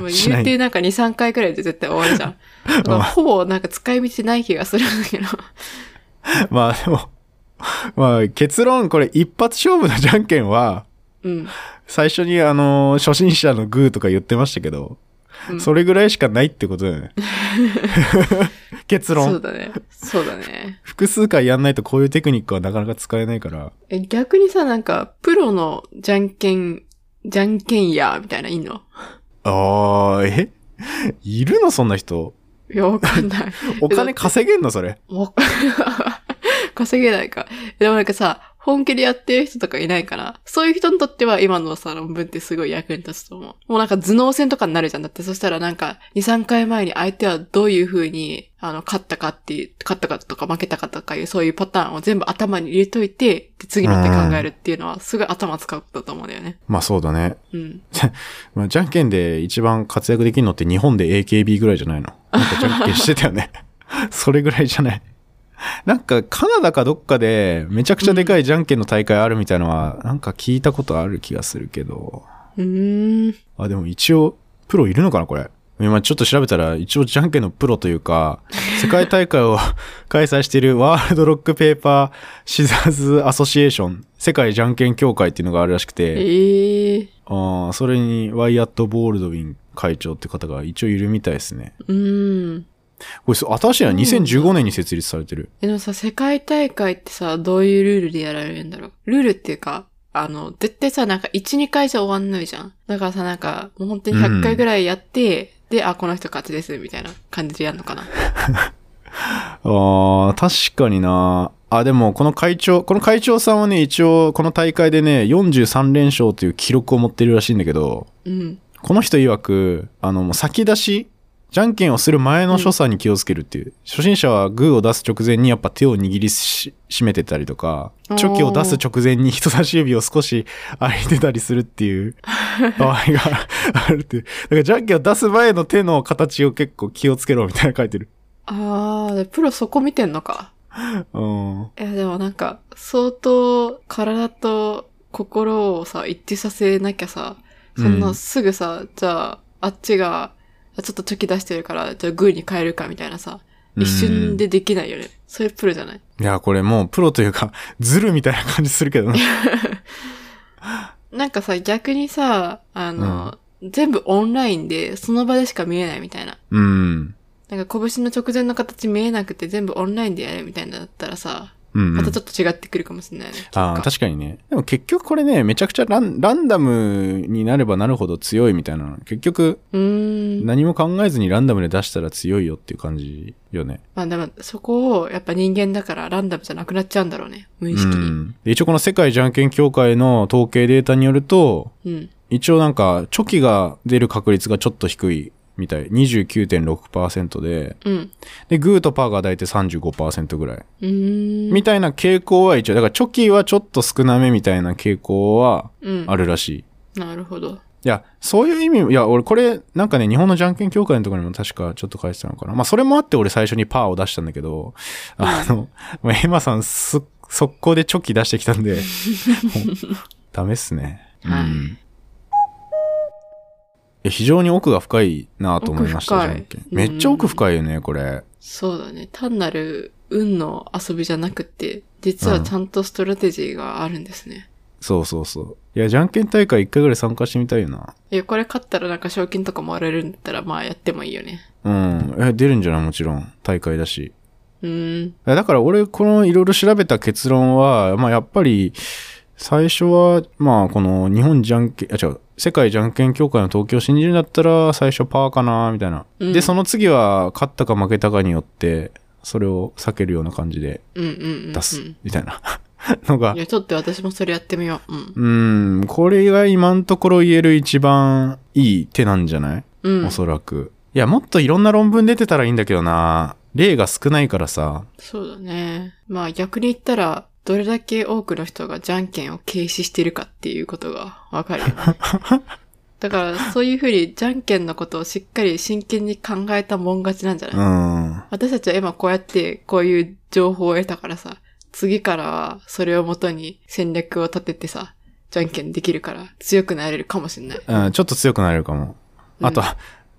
もうしな言いうてなんか2、3回くらいで絶対終わる じゃん。だからほぼなんか使い道ない気がするんだけど。まあ、でも、まあ、結論、これ一発勝負のじゃんけんは、うん。最初にあの、初心者のグーとか言ってましたけど、うんそれぐらいしかないってことだ よね。結そ論う。だね。そうだね。複数回やんないとこういうテクニックはなかなか使えないから。え、逆にさ、なんか、プロのじゃんけん、じゃんけんやーみたいないんのああ、え いるのそんな人。いや、わかんない。お金稼げんのそれ。わ稼げないか。でもなんかさ、本気でやってる人とかいないから、そういう人にとっては今のさ、論文ってすごい役に立つと思う。もうなんか頭脳戦とかになるじゃん。だってそしたらなんか、2、3回前に相手はどういう風に、あの、勝ったかっていう、勝ったかとか負けたかとかいう、そういうパターンを全部頭に入れといて、で次の手考えるっていうのは、すごい頭使うことだと思うんだよね。まあそうだね。うん。まあ、じゃんけんで一番活躍できるのって日本で AKB ぐらいじゃないのなんかじゃんけんしてたよね。 それぐらいじゃない。なんかカナダかどっかでめちゃくちゃでかいじゃんけんの大会あるみたいのは、なんか聞いたことある気がするけど。うーん。あ、でも一応プロいるのかなこれ。今ちょっと調べたら一応じゃんけんのプロというか、世界大会を 開催しているワールドロックペーパーシザーズアソシエーション、世界じゃんけん協会っていうのがあるらしくて。ええー。ああ、それにワイアット・ボールドウィン会長って方が一応いるみたいですね。うーん。これそう新しいのは2015年に設立されてる。えでもさ、世界大会ってさ、どういうルールでやられるんだろうルールっていうか、あの、絶対さ、なんか1、2回じゃ終わんないじゃん。だからさ、なんか、もう本当に100回ぐらいやって、で、あ、この人勝ちです、みたいな感じでやるのかな。ああ、確かにな。あ、でもこの会長、この会長さんはね、一応この大会でね、43連勝という記録を持ってるらしいんだけど、うん。この人曰く、あの、もう先出し、じゃんけんをする前の所作に気をつけるっていう。初心者はグーを出す直前にやっぱ手を握りししめてたりとか、おーチョキを出す直前に人差し指を少し開いてたりするっていう 場合があるっていう。だからじゃんけんを出す前の手の形を結構気をつけろみたいな書いてる。あー、でプロそこ見てんのか。うん。いや、でもなんか、相当、体と心をさ、一致させなきゃさ、そんうなんすぐさ、じゃあ、あっちが、あちょっとチョキ出してるから、じゃあグーに変えるかみたいなさ、一瞬でできないよね。それプロじゃないいや、これもうプロというか、ズルみたいな感じするけどな。なんかさ、逆にさ、あの、全部オンラインで、その場でしか見えないみたいな。うん。なんか拳の直前の形見えなくて全部オンラインでやるみたいなのだったらさ、うん、うまんたち。ょっと違ってくるかもしれないね。ああ、確かにね。でも結局これね、めちゃくちゃランランダムになればなるほど強いみたいなの。結局、うーん。何も考えずにランダムで出したら強いよっていう感じよね。まあでも、そこをやっぱ人間だからランダムじゃなくなっちゃうんだろうね。無意う識に。ん。で一応この世界じゃんけん協会の統計データによると、うん。一応なんか、チョキが出る確率がちょっと低いみたい。29.6%で、うん。で、グーとパーが大体35%ぐらい。うーん。みたいな傾向は一応、だからチョキはちょっと少なめみたいな傾向はうん。あるらしい。なるほど。いや、そういう意味、いや、俺これ、なんかね、日本のじゃんけん協会のところにも確かちょっと書いてたのかな。まあ、それもあって俺最初にパーを出したんだけど、あの、まあ、エマさん、す、速攻でチョキ出してきたんで、もうダメっすね。うんはいいや。非常に奥が深いなと思いました、奥じ深ゃいんけん。めっちゃ奥深いよね、これ。そうだね。単なる運の遊びじゃなくて、実はちゃんとストラテジーがあるんですね。そうそうそう。いや、じゃんけん大会一回ぐらい参加してみたいよな。いや、これ勝ったらなんか賞金とかもらえるんだったら、まあやってもいいよね。うん。え、出るんじゃないもちろん。大会だし。うーん。えだから俺、このいろいろ調べた結論は、まあやっぱり、最初は、まあこの日本じゃんけん、あ、違う、世界じゃんけん協会の東京を信じるんだったら、最初パーかな、みたいな。うんで、その次は、勝ったか負けたかによって、それを避けるような感じでうんうんうん、うん。出す、みたいな のがい、や、ちょっと私もそれやってみよう。うん。うん、これが今のところ言える一番いい手なんじゃない、うん。おそらく。いや、もっといろんな論文出てたらいいんだけどな。例が少ないからさ。そうだね。まあ逆に言ったら、どれだけ多くの人がじゃんけんを軽視してるかっていうことがわかるよね。だからそういうふうにじゃんけんのことをしっかり真剣に考えたもん勝ちなんじゃない、うん。私たちは今こうやってこういう情報を得たからさ、次からはそれをもとに戦略を立ててさ、じゃんけんできるから強くなれるかもしれない。うん、ちょっと強くなれるかも。うんあと、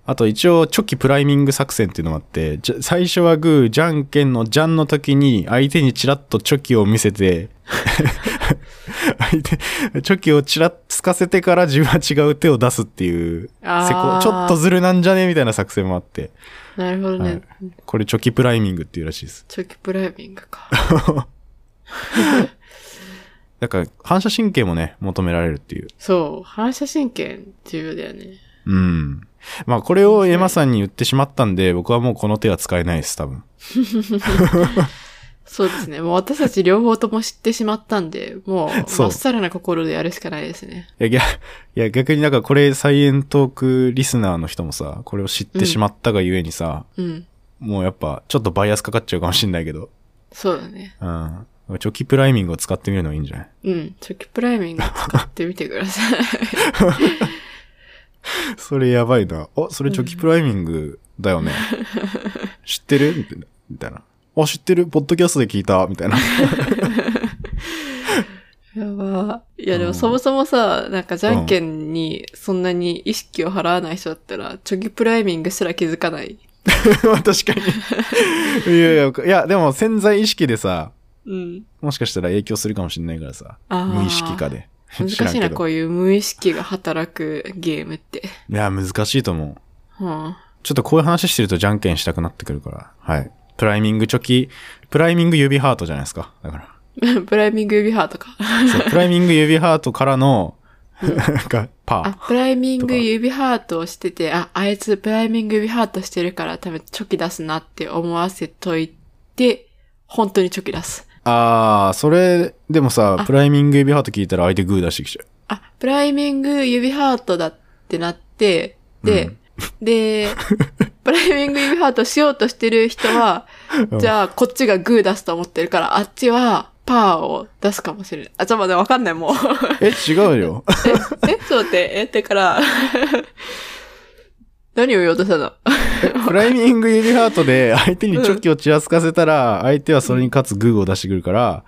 あと一応、チョキプライミング作戦っていうのがあって、じゃ最初はグー、じゃんけんのじゃんの時に、相手にチラッとチョキを見せて、相手、チョキをチラッつかせてから自分は違う手を出すっていう、せこあーちょっとずるなんじゃねみたいな作戦もあって、なるほどね。はいこれチョキプライミングっていうらしいです。長期プライミングか。 だから、反射神経もね、求められるっていう。そう、反射神経重要だよね。うん。まあ、これをエマさんに言ってしまったんで、僕はもうこの手は使えないです、多分。そうですね。もう私たち両方とも知ってしまったんで、もう、 そうまっさらな心でやるしかないですね。いや、ぎゃいや逆になんかこれ、サイエントークリスナーの人もさ、これを知ってしまったがゆえにさ、うん。もうやっぱ、ちょっとバイアスかかっちゃうかもしんないけど、そうだね。うん。チョキプライミングを使ってみるのがいいんじゃないうん。チョキプライミング使ってみてください。それやばいな。あ、それチョキプライミングだよね。知ってるみたいなみたいな。あ、知ってるポッドキャストで聞いたみたいな。 やば。いや、でうもんそもそもさ、なんかじゃんけんにそんなに意識を払わない人だったら、チョキプライミングすら気づかない。確かに。いやいや、いや、でも潜在意識でさ、うん。もしかしたら影響するかもしんないからさ。あー無意識化で。難知らんしいけな、どこういう無意識が働くゲームって。いや、難しいと思う。はあ、ちょっとこういう話してるとじゃんけんしたくなってくるから。はい。プライミングチョキ、プライミング指ハートじゃないですか。だか プライミング指ハートか。ら。そうプライミング指ハートからの、なんか、あパ、プライミング指ハートをしてて、あ、あいつプライミング指ハートしてるから多分チョキ出すなって思わせといて、本当にチョキ出す。ー。あー、それ、でもさあ、プライミング指ハート聞いたら相手グー出してきちゃあ、プライミング指ハートだってなって、で、うんで、プライミング指ハートしようとしてる人は、うんじゃあこっちがグー出すと思ってるから、あっちはパーを出すかもしれない。あ、ちょっと待って、わかんない、 もう。う。え、違う よ。え、え、ちょっと待って、え、ってから、何を言おうとしたのプライミング指ハートで相手にチョキをちらつかせたら、相手はそれに勝つグーを出してくるから、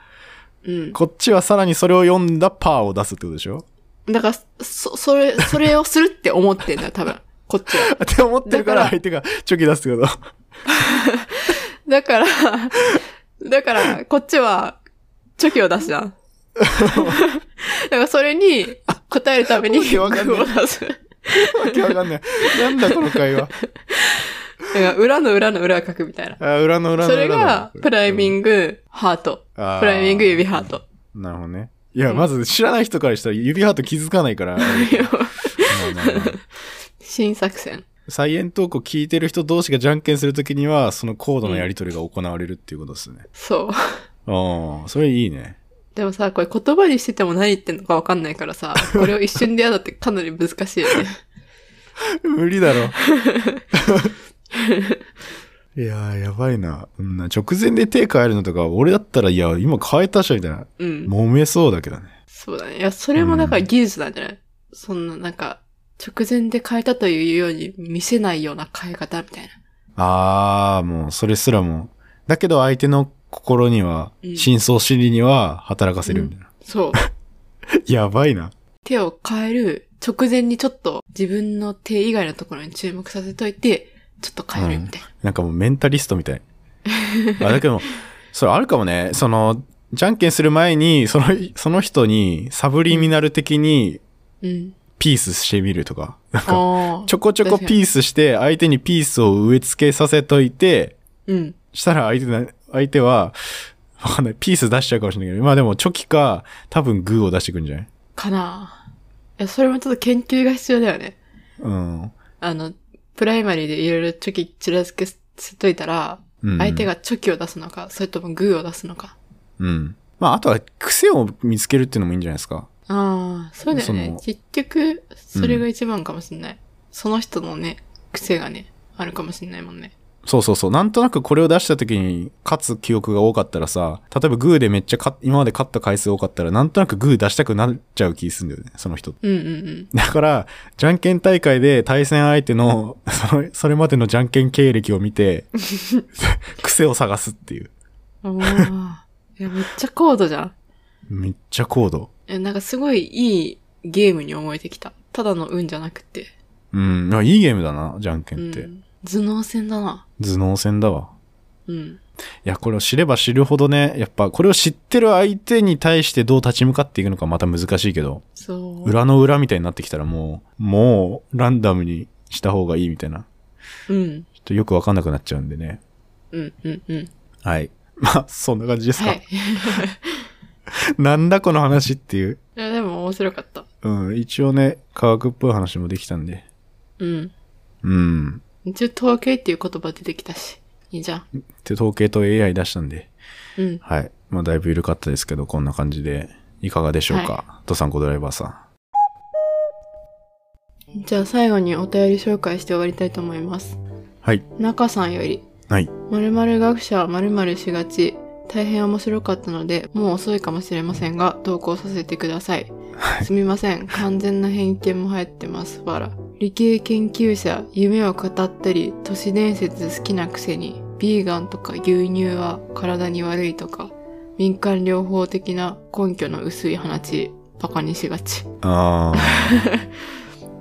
うん。こっちはさらにそれを読んだパーを出すってことでしょだから、そ、それ、それをするって思ってんだよ、多分。こっちは。って思ってるかだからら相手がチョキ出すってこと。だから、だから、こっちは、チョキを出すじゃ ん。だから、それに、答えるために、わけグわかんないを出す。わけわかんない。なんだこの会話。だから、裏の裏の裏を書くみたいな。あ裏の裏の裏だそれが、プライミグ、ング、ハート。ププライミング、指ハート。なるほどね。いや、まず知らない人からしたら指ハート気づかない から。まあまあまあ新作戦。サイエントークを聞いてる人同士がじゃんけんするときには、そのコードのやりとりが行われるっていうことですね。そう。ああ、それいいね。でもさ、これ言葉にしてても何言ってんのかわかんないからさ、これを一瞬でやだってかなり難しいよね。無理だろ。 いやー、やばいな。うんな直前で手変えるのとか、俺だったら、いや、今変えたっしょ、みたいな。うん。揉めそうだけどね。そうだね。いや、それもだから技術なんじゃない、そんな、なんか、直前で変えたというように見せないような変え方みたいな。あー、もう、それすらも。だけど、相手の心にはうん、真相心理には働かせるみたいな。 そう。やばいな。手を変える直前にちょっと自分の手以外のところに注目させといて、ちょっと変えるみたいな。なんかもうメンタリストみたい。 あだけど、それあるかもね。その、じゃんけんする前に、その、その人にサブリミナル的にうん。ピースしてみるとか。なんか、ああ。ちょこちょこピースして、相手にピースを植え付けさせといて、うん。したら相手な、相手は、わかんない。ピース出しちゃうかもしれないけど、まあでもチョキか、多分グーを出してくんじゃないかないや、それもちょっと研究が必要だよね。うん。あの、プライマリーでいろいろチョキちらつけせといたら、うん、相手。がチョキを出すのか、それともグーを出すのか。うん。まああとは癖を見つけるっていうのもいいんじゃないですか。ああ、そうだよそねの。結局、それが一番かもしんない。その人のね、癖がね、あるかもしんないもんね。そうそうそう。なんとなくこれを出した時に勝つ記憶が多かったらさ、例えばグーでめっちゃ勝っ今まで勝った回数多かったら、なんとなくグー出したくなっちゃう気するんだよね、その人。うんうんうん。だから、じゃんけん大会で対戦相手の、その、それまでのじゃんけん経歴を見て、 癖を探すっていう。あー いや、めっちゃ高度じゃん。めっちゃ高度。え、なんかすごいいいゲームに思えてきた。ただの運じゃなくて。うん。あいいゲームだな、じゃんけうんって。ん。頭脳戦だな。頭脳戦だわ。うん。いや、これを知れば知るほどね、やっぱこれを知ってる相手に対してどう立ち向かっていくのかまた難しいけど。そう。裏の裏みたいになってきたらもう、もうランダムにした方がいいみたいな。うん。ちょっとよくわかんなくなっちゃうんでね。うんうんうん。はい。まあ、そんな感じですか。はい。いなんだこの話っていう。や、でも面白かった。うん、一応ね、科学っぽい話もできたんで。うん。うん。一応統計っていう言葉出てきたし。いいじゃん。で、統計と AI 出したんで。うん。はい。まあ、だいぶ緩かったですけど、こんな感じで、いかがでしょうか。ドサンコドライバーさん。じゃあ最後にお便り紹介して終わりたいと思います。はい。中さんより、はい。 〇〇学者〇〇しがち。大変面白かったので、もう遅いかもしれませんが、投稿させてください。はいすみません。完全な偏見も入ってます。わら。理系研究者、夢を語ったり、都市伝説好きなくせに、ビーガンとか牛乳は体に悪いとか、民間療法的な根拠の薄い話、バカにしがち。あー。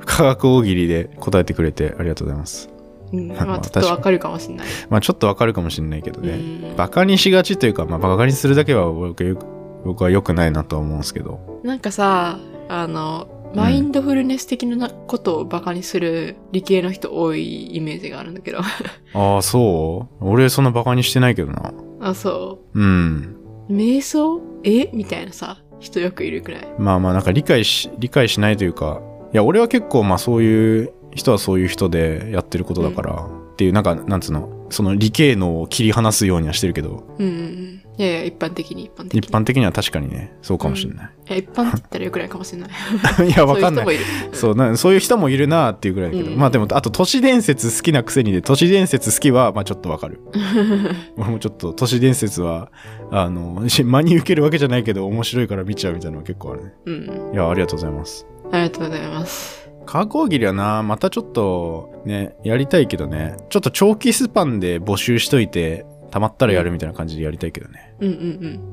科学大喜利で答えてくれてありがとうございます。うん、まあまあちょっとわかるかもしれない。まあちょっとわかるかもしれないけどね。うんバカにしがちというか、まあ、バカにするだけは僕はよく僕は良くないなとは思うんですけど。なんかさ、あの、うんマインドフルネス的なことをバカにする理系の人多いイメージがあるんだけど。 ああ、そう俺そんなバカにしてないけどな。あ、そうん。う。瞑想えみたいなさ、人よくいるくらい。まあまあなんか理解し、理解しないというか、いや、俺は結構まあそういう人はそういう人でやってることだから、っていう、なんか、なんつうの、その理系のを切り離すようにはしてるけど、うんうんうん。いやいや、一般的に一般的に。一般的には確かにね、そうかもしれない。いや一般って言ったらよくないかもしれない。い や、わかんないそう。いう人もいる。そうなそういう人もいるなっていうぐらいだけど、うんまあでもあと都市伝説好きなくせにで都市伝説好きはまあちょっとわ かる俺もちょっと都市伝説はあのし真に受けるわけじゃないけど面白いから見ちゃうみたいなのが結構あるねうん。うん。いやありがとうございますありがとうございます。科学大喜利はなまたちょっとねやりたいけどねちょっと長期スパンで募集しといてたまったらやるみたいな感じでやりたいけどねうん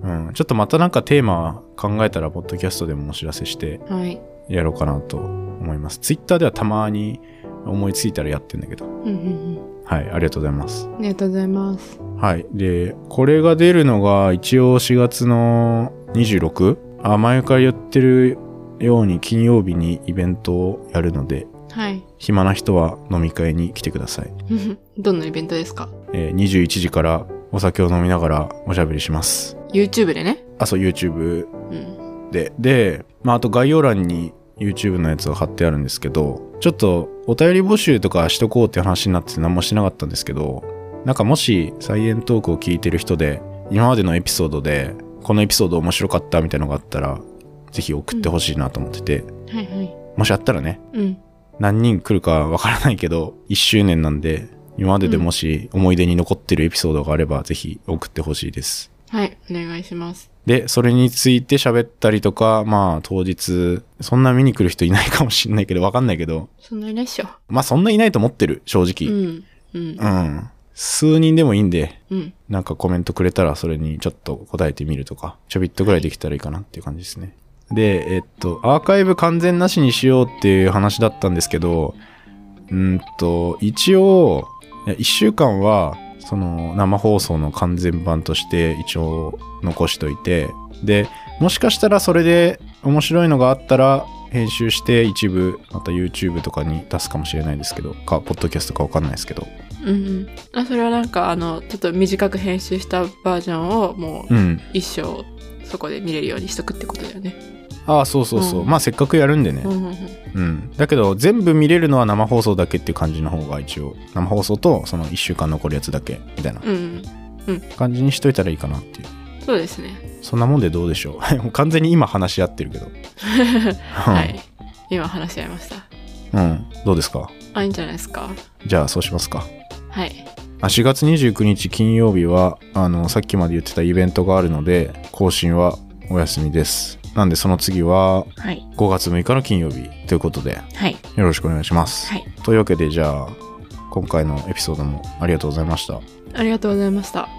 うんうんちょっとまたなんかテーマ考えたらポッドキャストでもお知らせしてうん。はい。やろうかなと思います。ツイッターではたまに思いついたらやってんだけど。うんうんはい、ありがとうございますう。ん。ありがとうございます。はい。で、これが出るのが一応4月の 26? あ、前から言ってるように金曜日にイベントをやるので、はい。 暇な人は飲み会に来てください。どんなイベントですかえー21時からお酒を飲みながらおしゃべりします。 ?YouTube でね。あ、そう、YouTube うん。で。で、まあ、あと概要欄に YouTube のやつを貼ってあるんですけど、ちょっとお便り募集とかしとこうって話になってて何もしなかったんですけど、なんかもしサイエントークを聞いてる人で、今までのエピソードで、このエピソード面白かったみたいなのがあったら、ぜひ送ってほしいなと思ってて、はいはい。もしあったらね、うん。何人来るかわからないけど、1周年なんで、今まででもし思い出に残ってるエピソードがあれば、ぜひ送ってほしいです。はい。お願いします。で、それについて喋ったりとか、まあ当日、そんな見に来る人いないかもしんないけど、わかんないけど、そんなにないっしょ。まあそんないないと思ってる、う正直。ん。うん。うん。数人でもいいんで、うん。なんかコメントくれたらそれにちょっと答えてみるとか、ちょびっとぐらいできたらいいかなっていう感じですね。で、えっと、アーカイブ完全なしにしようっていう話だったんですけど、うーんと、一応、1週間は、その生放送の完全版として一応残しといて、で、もしかしたらそれで面白いのがあったら、編集して一部、また YouTube とかに出すかもしれないですけど、か、ポッドキャストかわかんないですけど。うん。あ、それはなんか、あの、ちょっと短く編集したバージョンを、もう、うん。一生、そこで見れるようにしとくってことだよね。ああ、そうそうそう。うんまあせっかくやるんでね。うんうんうん。うん、だけど全部見れるのは生放送だけっていう感じの方が一応生放送とその1週間残るやつだけみたいなうん。感じにしといたらいいかなっていうそうですね。そんなもんでどうでしょう もう完全に今話し合ってるけどは はい。今話し合いました。うんどうですかあ、いいんじゃないですか。じゃあそうしますかはい。あ4月29日金曜日はあのさっきまで言ってたイベントがあるので更新はお休みですなんでその次ははい。 5月6日の金曜日ということではい。よろしくお願いします、はい。というわけでじゃあ今回のエピソードもありがとうございましたありがとうございました。